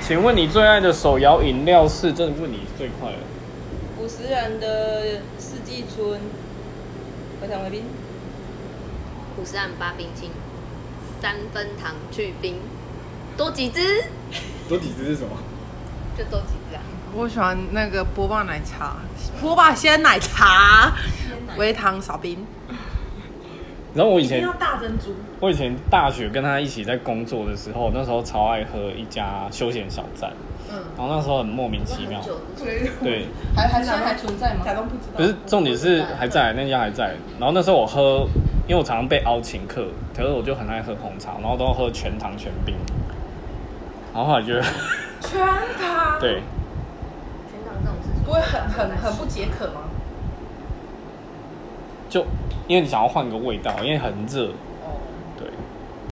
请问你最爱的手摇饮料是？真的问你最快了。五十人的四季春，回糖回冰，五十按八冰清，三分糖去冰，多几支多几只是什么？就多几支啊。我喜欢那个波霸奶茶，波霸鲜奶茶，微糖少冰，然后我以一定前要大珍珠。我以前大学跟他一起在工作的时候，那时候超爱喝一家休闲小站，嗯，然后那时候很莫名其妙，对，对，还还现在还存在吗？假装不知道。可是重点是还在那家还在，然后那时候我喝，因为我常常被凹请客，可是我就很爱喝红茶，然后都喝全糖全冰，然后后来觉得全糖，，对，全糖这种事不会很很很不解渴吗？就因为你想要换个味道，因为很热，哦